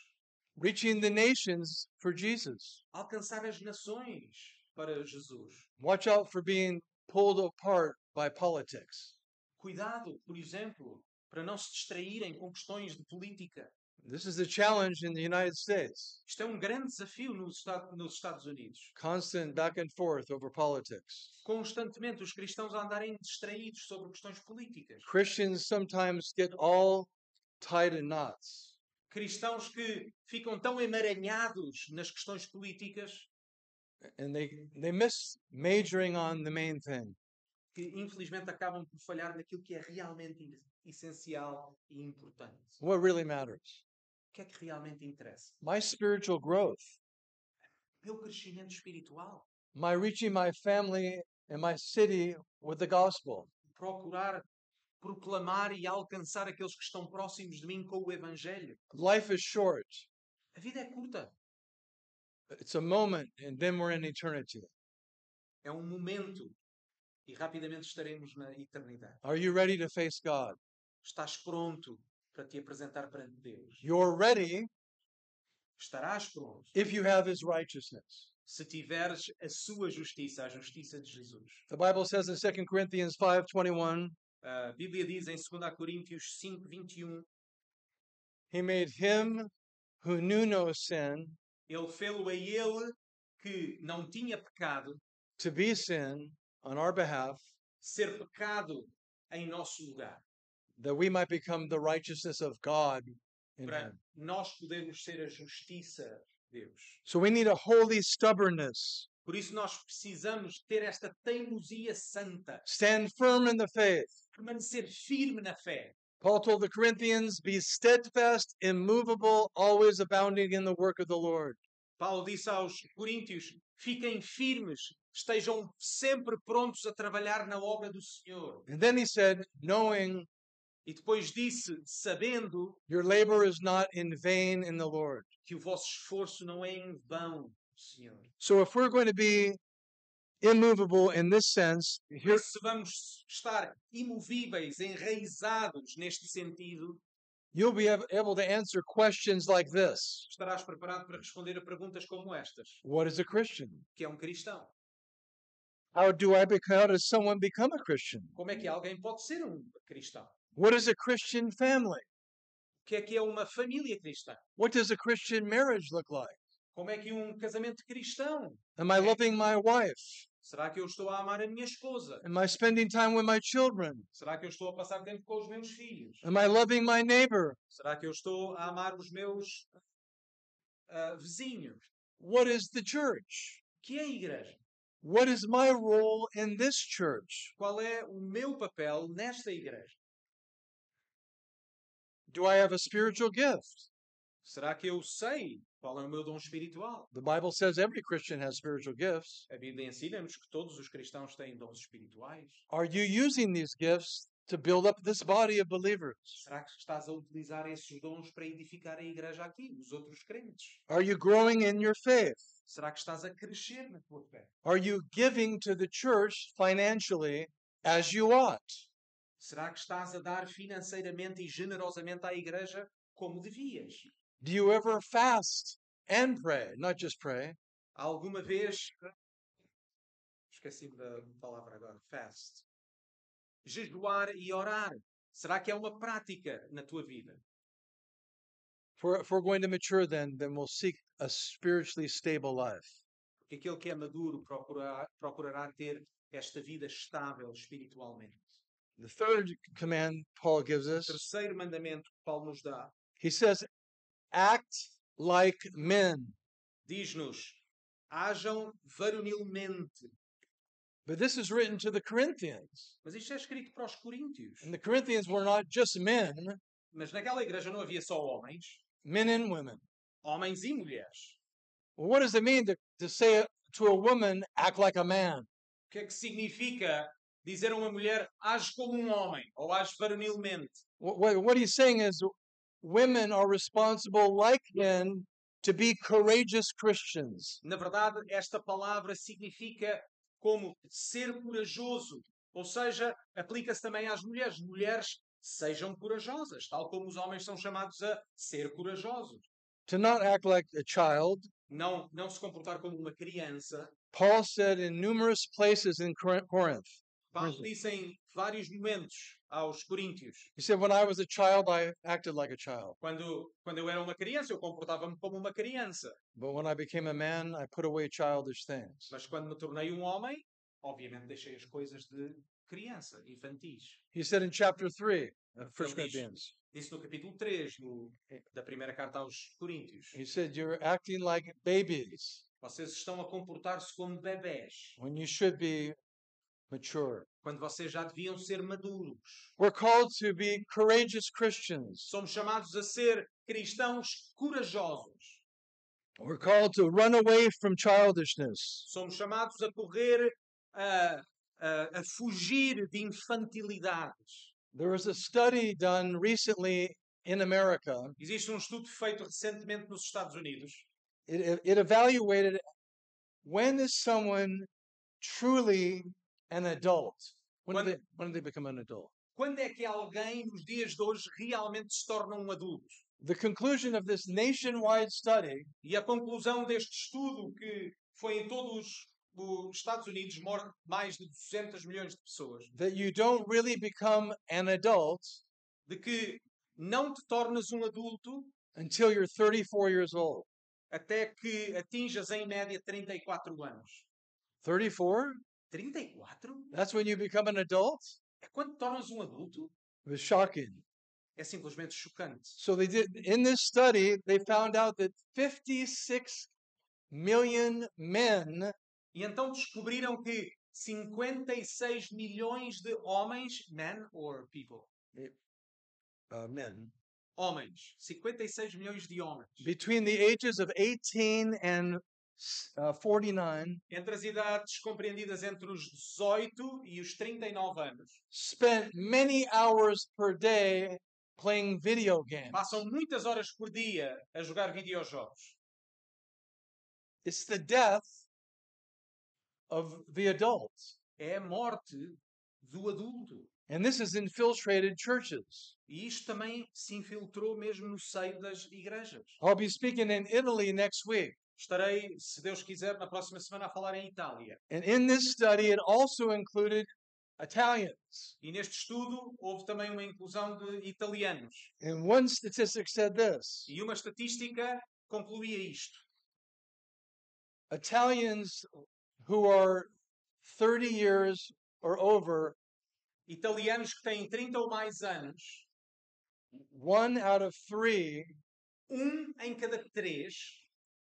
reaching the nations for Jesus.
alcançar as nações para Jesus.
Watch out for being pulled apart by politics.
Cuidado, por exemplo, para não se distraírem com questões de política.
This is the challenge in the United States
Isto é um grande desafio nos Esta- nos Estados Unidos.
constant back and forth over politics.
constantemente os cristãos a andarem distraídos sobre questões políticas.
Christians sometimes get all tied in knots.
Cristãos que ficam tão emaranhados nas questões políticas
and they they miss majoring on the main thing.
que infelizmente acabam por falhar naquilo que é realmente in- essencial e importante. O
What really matters?
que é que realmente interessa?
My spiritual growth,
Meu crescimento espiritual,
my reaching my family and my city with the gospel,
procurar proclamar e alcançar aqueles que estão próximos de mim com o evangelho.
life is short.
A vida é curta,
It's a moment, and then we're in eternity.
é um momento e rapidamente estaremos na eternidade.
Are you ready to face God?
Estás pronto para te apresentar perante Deus?
You're ready
estarás pronto
if you have His righteousness.
se tiveres a sua justiça, a justiça de Jesus.
The Bible says in 2 Corinthians 5:21,
A Bíblia diz em 2 Coríntios 5, 21,
He made him who knew no sin
ele fê-lo a ele que não tinha pecado,
to be sin on our behalf,
ser pecado em nosso lugar,
that we might become the righteousness of God in
para
him.
nós podermos ser a justiça de Deus.
So we need a holy stubbornness.
Por isso nós precisamos ter esta teimosia santa,
Stand firm in the faith.
permanecer firme na fé.
Paul told the Corinthians, be steadfast, immovable, always abounding in the work of the Lord.
Paulo disse aos Coríntios: fiquem firmes, estejam sempre prontos a trabalhar na obra do Senhor.
And then he said, knowing
E depois disse, sabendo
your labor is not in vain in the Lord.
que o vosso esforço não é em vão, Senhor.
So if we're going to be immovable in this sense,
Por
here,
isso, se vamos estar imovíveis, enraizados neste sentido,
you'll be ab- able to answer questions like this
estarás preparado para responder a perguntas como estas:
What is a Christian?
que é um cristão?
How do I become, how does someone become a Christian?
Como é que alguém pode ser um cristão?
What is a Christian family?
O que é que é uma família cristã?
What does a Christian marriage look like?
Como é que um casamento cristão?
Am I loving my wife?
Será que eu estou a amar a minha esposa?
Am I spending time with my children?
Será que eu estou a passar tempo com os meus filhos?
Am I loving my neighbor?
Será que eu estou a amar os meus ah, vizinhos?
What is the church?
O que é a igreja?
What is my role in this church?
Qual é o meu papel nesta igreja?
Do I have a spiritual gift?
Será que eu sei qual é o meu dom espiritual?
The Bible says every Christian has spiritual gifts.
A Bíblia ensina-nos que todos os cristãos têm dons espirituais.
Are you using these gifts to build up this body of believers?
Será que estás a utilizar esses dons para edificar a igreja aqui, os outros crentes?
Are you growing in your faith?
Será que estás a crescer na tua fé?
Are you giving to the church financially as you ought?
Será que estás a dar financeiramente e generosamente à igreja como devias?
Do you ever fast and pray, not just pray?
Alguma vez. Esqueci-me da palavra agora. Fast. Jejuar e orar. Será que é uma prática na tua vida?
If we're, if we're going to mature, then then we'll seek a spiritually stable life.
Porque aquele que é maduro procurará, procurará ter esta vida estável espiritualmente.
The third command Paul gives
O
us,
terceiro mandamento que Paulo nos dá
he says, "Act like men."
diz-nos: hajam varonilmente.
But this is written to the Corinthians,
Mas isto é escrito para os coríntios.
and the Corinthians were not just men,
Mas naquela igreja não havia só homens,
men and women.
homens e mulheres.
Well, what does it mean to, to say to a woman, "Act like a man"?
O que é que significa dizer a uma mulher age como um homem ou age varonilmente?
What, what, what he's saying is women are responsible, like men, to be courageous Christians.
Na verdade, esta palavra significa como ser corajoso, ou seja, aplica-se também às mulheres. Mulheres sejam corajosas, tal como os homens são chamados a ser corajosos.
To not act like a child,
Não, não se comportar como uma criança.
Paul said in numerous places in Cor- Corinth.
Paulo
Uhum.
disse em vários momentos aos coríntios,
He said, When I was a child, I acted like a child.
quando, quando eu era uma criança, eu comportava-me como uma criança.
But when I became a man, I put away childish things.
Mas quando me tornei um homem, obviamente deixei as coisas de criança, infantis.
He said in chapter 3 of
From
1
these-
Corinthians,
Disse no capítulo 3 do, da primeira carta aos Coríntios.
He said, You're acting like babies
Vocês estão a comportar-se como bebés,
when you should be mature.
quando vocês já deviam ser maduros.
We're called to be courageous Christians.
Somos chamados a ser cristãos corajosos.
We're called to run away from childishness.
Somos chamados a correr, a, a, a fugir de infantilidades.
There was a study done recently in America.
Existe um estudo feito recentemente nos Estados Unidos
It, it- it evaluated when is someone truly an adult? When,
When-
do they, when do they become an adult?
Quando é que alguém nos dias de hoje realmente se torna um adulto?
The conclusion of this nationwide study
E a conclusão deste estudo, que foi em todos os Estados Unidos, morre mais de 200 milhões de pessoas,
that you don't really become an adult
de que não te tornas um adulto
until you're 34 years old.
até que atinjas em média 34 anos.
34?
34?
That's when you become an adult?
É quando te tornas um adulto?
It was shocking.
É simplesmente chocante.
So they did in this study, they found out that 56 million men
E então descobriram que 56 milhões de homens, men or people,
uh, men
homens, 56 milhões de homens,
between the ages of 18 and uh, 49
entre as idades compreendidas entre os 18 e os 39 anos,
spent many hours per day playing video games.
passam muitas horas por dia a jogar videojogos.
It's the death of the adult.
É a morte do adulto.
And this has infiltrated churches.
E isto também se infiltrou mesmo no seio das igrejas.
I'll be speaking in Italy next week.
Estarei, se Deus quiser, na próxima semana a falar em Itália.
And in this study, it also included Italians.
E neste estudo houve também uma inclusão de italianos.
And one statistic said this
E uma estatística concluía isto.
Italians who are 30 years or over,
Italianos que têm 30 ou mais anos,
one out of three
um em cada três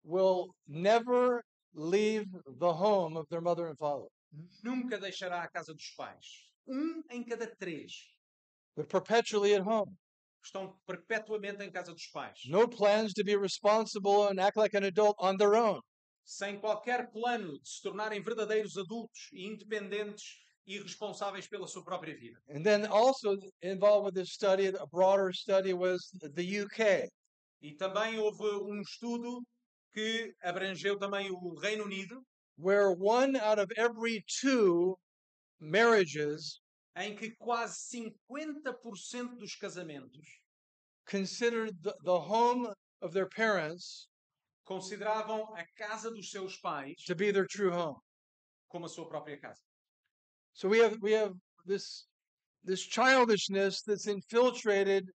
will never leave the home of their mother and father.
nunca deixará a casa dos pais. Um em cada três
They're perpetually at home.
estão perpetuamente em casa dos pais,
No plans to be responsible and act like an adult on their own.
sem qualquer plano de se tornarem verdadeiros adultos e independentes e responsáveis pela sua própria vida.
And then also involved with this study, a broader study was the UK.
E também houve um estudo que abrangeu também o Reino Unido,
where one out of every two marriages
em que quase 50% dos casamentos
considered the, the home of their parents
consideravam a casa dos seus pais
to be their true home.
como a sua própria casa.
So we have we have this this childishness that's infiltrated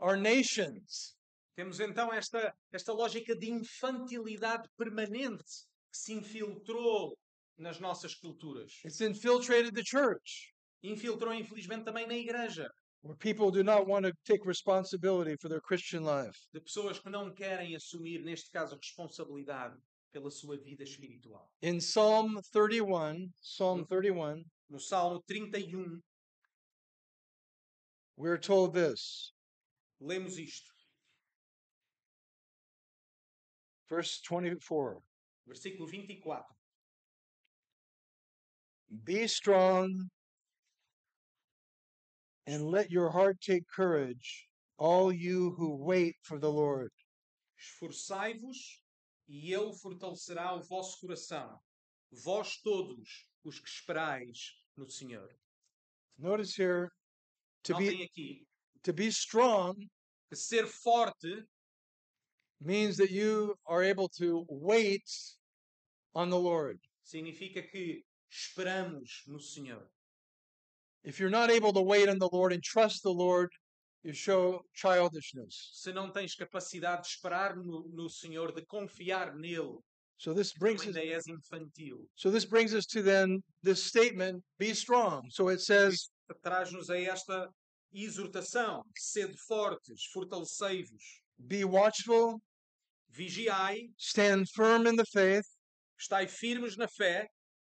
our nations.
Temos então esta, esta lógica de infantilidade permanente que se infiltrou nas nossas culturas.
It's infiltrated the church,
Infiltrou, infelizmente, também na igreja,
where people do not want to take responsibility for their Christian life.
de pessoas que não querem assumir, neste caso, responsabilidade pela sua vida espiritual.
In Psalm 31, Psalm 31,
No Salmo 31,
we're told this,
lemos isto,
verse 24.
versículo 24.
Be strong and let your heart take courage, all you who wait for the Lord.
Esforçai-vos e ele fortalecerá o vosso coração, vós todos os que esperais no Senhor.
Notice here to
Notem
be
aqui
to be strong
que ser forte
means that you are able to wait on the Lord.
significa que esperamos no Senhor.
If you're not able to wait on the Lord and trust the Lord, you show childishness.
Se não tens capacidade de esperar no, no Senhor, de confiar nele,
So this
tu
brings us
ainda és infantil.
so this brings us to then this statement, be strong. So it says
Traz-nos a esta exortação: sede fortes, fortalecei-vos,
be watchful,
vigiai,
stand firm in the faith,
estai firmes na fé,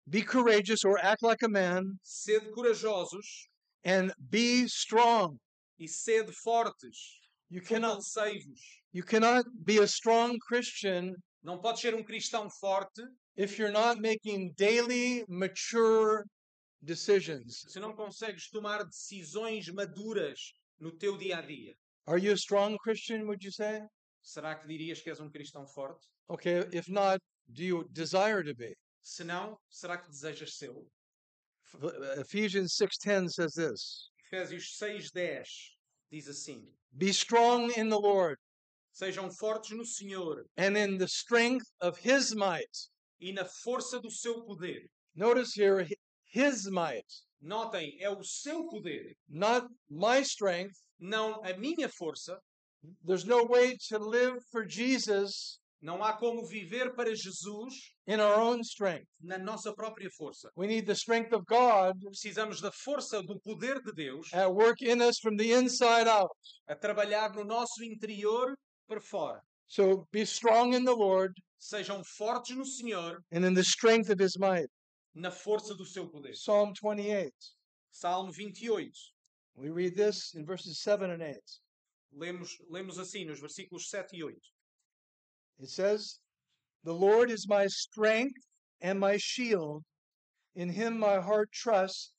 be courageous or act like a man
sede corajosos
and be strong
e sede fortes,
you cannot
fortalecei-vos.
you cannot be a strong christian
Não podes ser um cristão forte
if you're not making daily mature decisions
se não consegues tomar decisões maduras no teu dia a dia.
are you a strong christian would you say
Será que dirias que és um cristão forte?
okay if not do you desire to be
Se não, será que desejas seu?
F- ephesians 6:10 says this
Efésios 6.10 diz assim,
be strong in the lord
Sejam fortes no Senhor
and in the strength of his might
e na força do seu poder.
notice here hi- his might
Notem, é o seu poder,
not my strength
não a minha força.
there's no way to live for jesus
Não há como viver para Jesus
in our own strength.
na nossa própria força.
We need the strength of God
Precisamos da força do poder de Deus
at work in us from the inside out.
a trabalhar no nosso interior para fora.
So be strong in the Lord
Sejam fortes no Senhor
and in the strength of his might.
na força do seu poder.
Psalm 28.
Salmo 28.
We read this in verses 7 and 8.
Lemos, lemos assim nos versículos 7 e 8.
It says, The Lord is my strength and my shield. In him my heart trusts.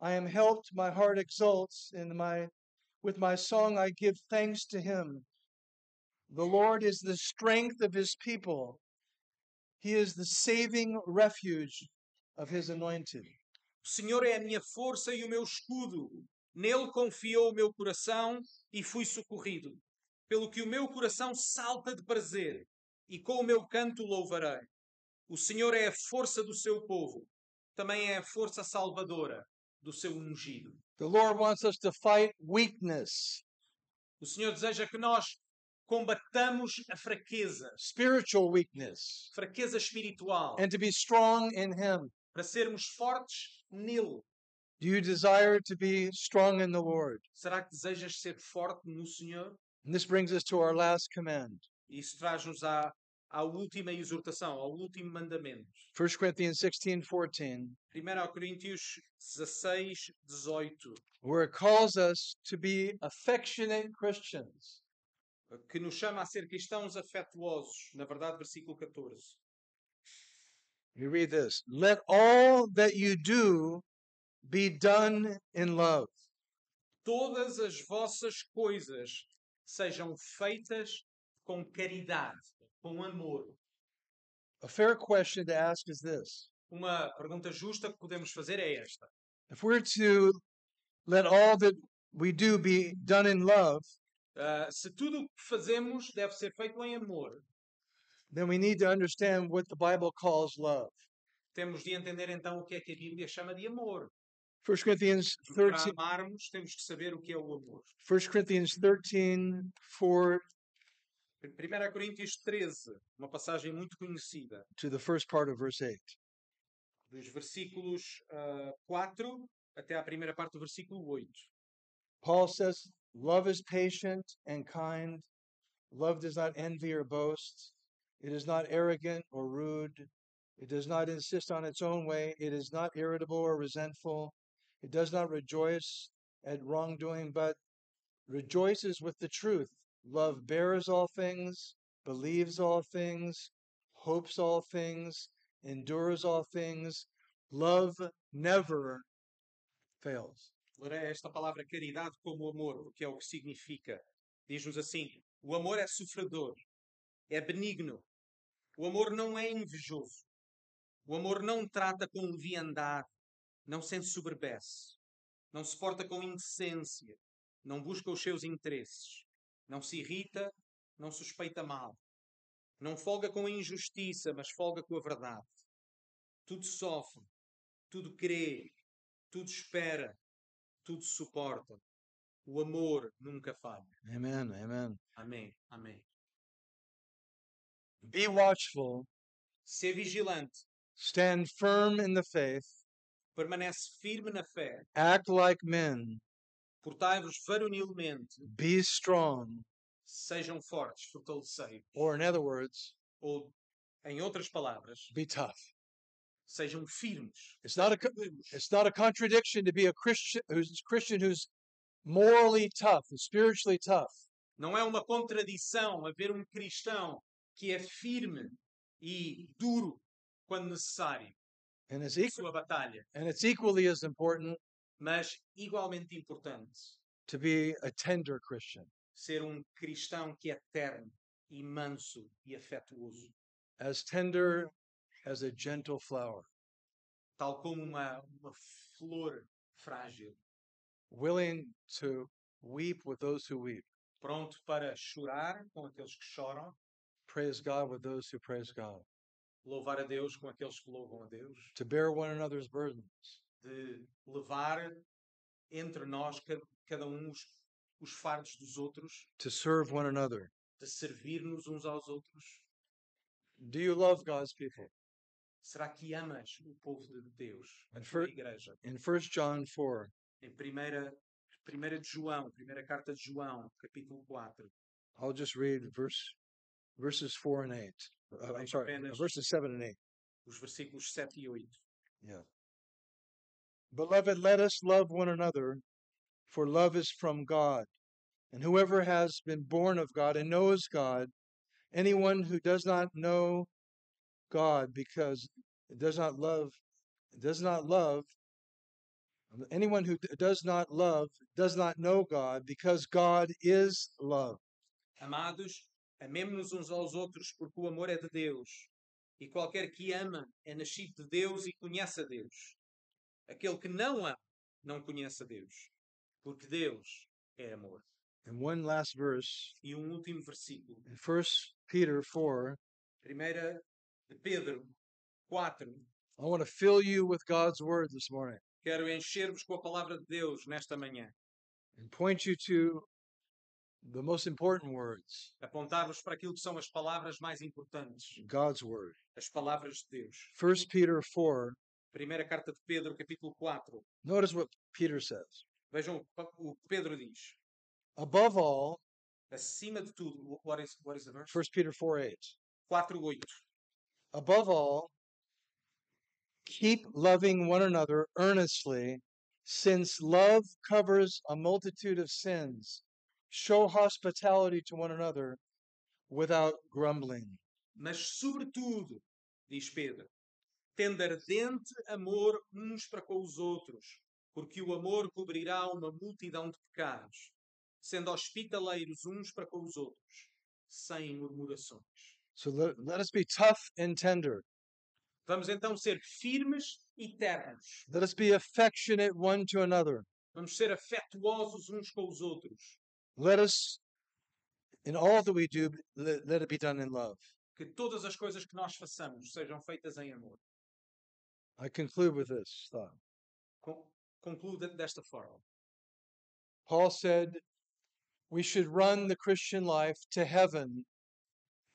I am helped, my heart exults, and my with my song I give thanks to him. The Lord is the strength of his people. He is the saving refuge of his anointed.
O Senhor é a minha força e o meu escudo. Nele confiou o meu coração e fui socorrido. Pelo que o meu coração salta de prazer e com o meu canto o louvarei. O Senhor é a força do seu povo, também é a força salvadora do seu ungido.
The Lord wants us to fight weakness,
O Senhor deseja que nós combatamos a fraqueza,
spiritual weakness,
fraqueza espiritual,
and to be strong in him.
para sermos fortes nele.
Do you desire to be strong in the Lord?
Será que desejas ser forte no Senhor?
And this brings us to our last command
Isso traz-nos à, à última exortação, ao último mandamento.
1 Corinthians 16 14,
1 Coríntios 16, 18,
where it calls us to be affectionate Christians.
que nos chama a ser cristãos afetuosos. Na verdade, versículo 14.
We read this Let all that you do be done in love.
Todas as vossas coisas sejam feitas com caridade, com amor.
A fair question to ask is this
Uma pergunta justa que podemos fazer é esta.
If we're to let all that we do be done in love,
Ah, se tudo o que fazemos deve ser feito em amor,
then we need to understand what the Bible calls love.
temos de entender então o que é que a Bíblia chama de amor.
1 Corinthians
Porque Para
13,
amarmos, temos que saber o que é o amor.
1 Corinthians 13 4
1 Coríntios 13, uma passagem muito conhecida,
to the first part of verse 8.
dos versículos ah, 4 até à primeira parte do versículo 8.
Paul says, Love is patient and kind. Love does not envy or boast. It is not arrogant or rude. It does not insist on its own way. It is not irritable or resentful. It does not rejoice at wrongdoing, but rejoices with the truth. Love bears all things, believes all things, hopes all things, endures all things. Love never fails.
Lerei esta palavra caridade como amor, o que é o que significa. Diz-nos assim: o amor é sofredor, é benigno, o amor não é invejoso, o amor não trata com leviandade, não se ensoberbece, não se porta com indecência, não busca os seus interesses, não se irrita, não suspeita mal, não folga com a injustiça, mas folga com a verdade. Tudo sofre, tudo crê, tudo espera, tudo suporta. O amor nunca falha.
Amen. Amen.
Amém. Amém.
Be watchful,
Ser vigilante,
stand firm in the faith,
permanece firme na fé,
act like men,
portai-vos varonilmente,
be strong,
sejam fortes, fortalecei
or in other words,
Ou, em outras palavras,
be tough.
sejam firmes.
It's not a co- it's not a contradiction to be a Christian who's Christian who's morally tough and spiritually tough.
Não é uma contradição haver um cristão que é firme e duro quando necessário
And it's
na
equal,
sua batalha,
and it's equally as important
mas igualmente importante
to be a tender Christian,
ser um cristão que é terno e manso e afetuoso.
as tender as a gentle flower,
tal como uma, uma flor frágil,
willing to weep with those who weep,
pronto para chorar com aqueles que choram,
praise God with those who praise God,
louvar a Deus com aqueles que louvam a Deus,
to bear one another's burdens.
de levar entre nós ca- cada um os, os fardos dos outros,
to serve one another.
de servir-nos uns aos outros.
Do you love God's people?
Será que amas o povo de Deus, a
And
tua
for-
igreja?
In 1 John 4,
Em primeira, primeira de João, primeira carta de João, capítulo 4,
I'll just read verse verses 4 and 8. Uh, I'm
Right,
sorry, uh,
finish.
verses 7 and 8.
os versículos 7 e 8.
Yeah. Beloved, let us love one another, for love is from God. And whoever has been born of God and knows God, anyone who does not know God because does not love, does not love, anyone who d- does not love does not know God because God is love.
Amados, amemos-nos uns aos outros, porque o amor é de Deus. E qualquer que ama é nascido de Deus e conhece a Deus. Aquele que não ama não conhece a Deus, porque Deus é amor.
And one last verse
E um último versículo,
in 1 Peter 4
primeira de Pedro 4.
I want to fill you with God's word this morning
Quero encher-vos com a palavra de Deus nesta manhã,
and point you to the most important words
apontar-vos para aquilo que são as palavras mais importantes,
God's word.
as palavras de Deus.
1 Peter 4
Primeira carta de Pedro, capítulo 4.
Notice what Peter says.
Vejam o que Pa- o que Pedro diz.
Above all,
Acima de tudo, what is, what is the verse?
1 Peter 4 8,
4, 8.
above all, keep loving one another earnestly, since love covers a multitude of sins. Show hospitality to one another without grumbling.
Mas, sobretudo, diz Pedro, tendo ardente amor uns para com os outros, porque o amor cobrirá uma multidão de pecados, sendo hospitaleiros uns para com os outros, sem murmurações.
So let, let us be tough and tender.
Vamos então ser firmes e ternos.
Let us be affectionate one to another.
Vamos ser afetuosos uns com os outros.
Let us, in all that we do, let, let it be done in love.
Que todas as coisas que nós façamos sejam feitas em amor.
I conclude with this thought.
Con- Concluo de- desta forma.
Paul said, We should run the Christian life to heaven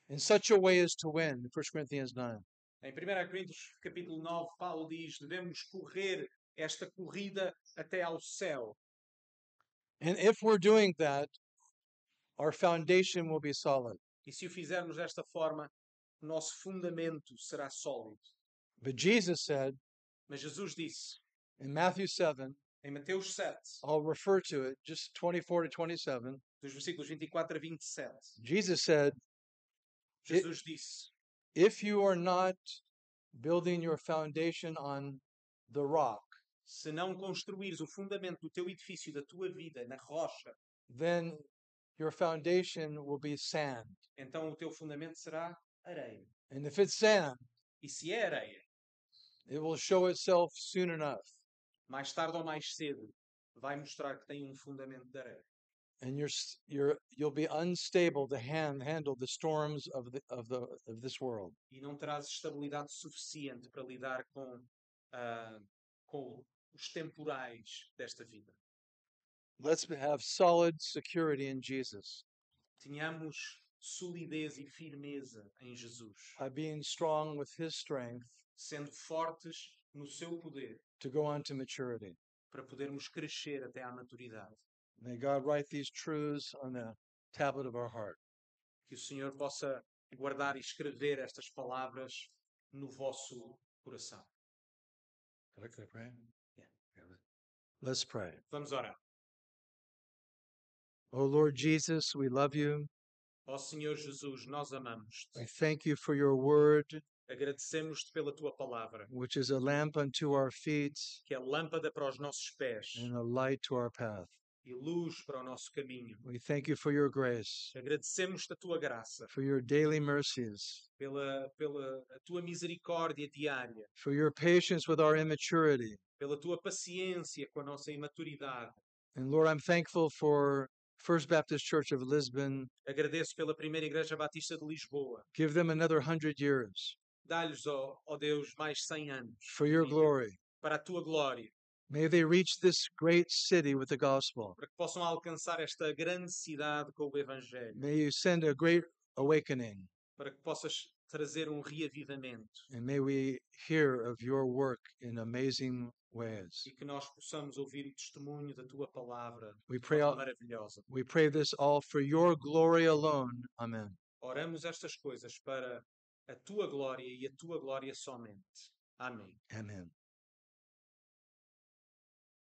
in such a way as to win. 1 Corinthians 9.
Em 1 Coríntios capítulo 9, Paulo diz: devemos correr esta corrida até ao céu.
And if we're doing that, our foundation will be solid.
E se o fizermos desta forma, o nosso fundamento será sólido.
But Jesus said
Mas Jesus disse
in Matthew 7,
em Mateus 7,
I'll refer to it, just 24 to 27.
dos versículos 24 a 27,
Jesus said,
Jesus disse:
If you are not building your foundation on the rock,
Se não construires o fundamento do teu edifício, da tua vida, na rocha,
then your foundation will be sand.
então o teu fundamento será areia.
And if it's sand,
E se é areia,
it will show itself soon enough.
mais tarde ou mais cedo, vai mostrar que tem um fundamento de areia.
and you're s- you're you'll be unstable to hand, handle the storms of the of the of this world.
e não terás estabilidade suficiente para lidar com, ah, com os temporais desta vida.
Let's be- have solid security in Jesus
Tenhamos solidez e firmeza em Jesus,
by being strong with His strength
sendo fortes no seu poder
to go on to maturity.
para podermos crescer até à maturidade.
May God write these truths on the tablet of our heart.
Que o Senhor possa guardar e escrever estas palavras no vosso coração.
Can I pray?
Yeah.
Let's pray.
Vamos orar.
Oh Lord Jesus, we love you.
Ó Senhor Jesus, nós amamos-te.
We thank you for your word,
Agradecemos-te pela tua palavra,
which is a lamp unto our feet
que é lâmpada para os nossos pés.
and a light to our path.
e luz para o nosso caminho.
We thank you for your grace,
Agradecemos da tua graça,
for your daily mercies,
pela, pela a tua misericórdia diária,
for your patience with our immaturity.
pela tua paciência com a nossa imaturidade.
And Lord, I'm thankful for First Baptist Church of Lisbon.
Agradeço pela Primeira Igreja Batista de Lisboa.
Give them another hundred years
Dá-lhes, ó, ó Deus, mais 100 anos
for your glory.
para a tua glória,
May they reach this great city with the gospel.
para que possam alcançar esta grande cidade com o Evangelho,
May you send a great awakening,
para que possas trazer um reavivamento
and may we hear of your work in amazing ways.
e que nós possamos ouvir o testemunho da tua palavra
We
de
pray,
forma
all,
maravilhosa.
we pray this all for your glory alone. Amen.
Oramos estas coisas para a tua glória e a tua glória somente. Amém.
Amen.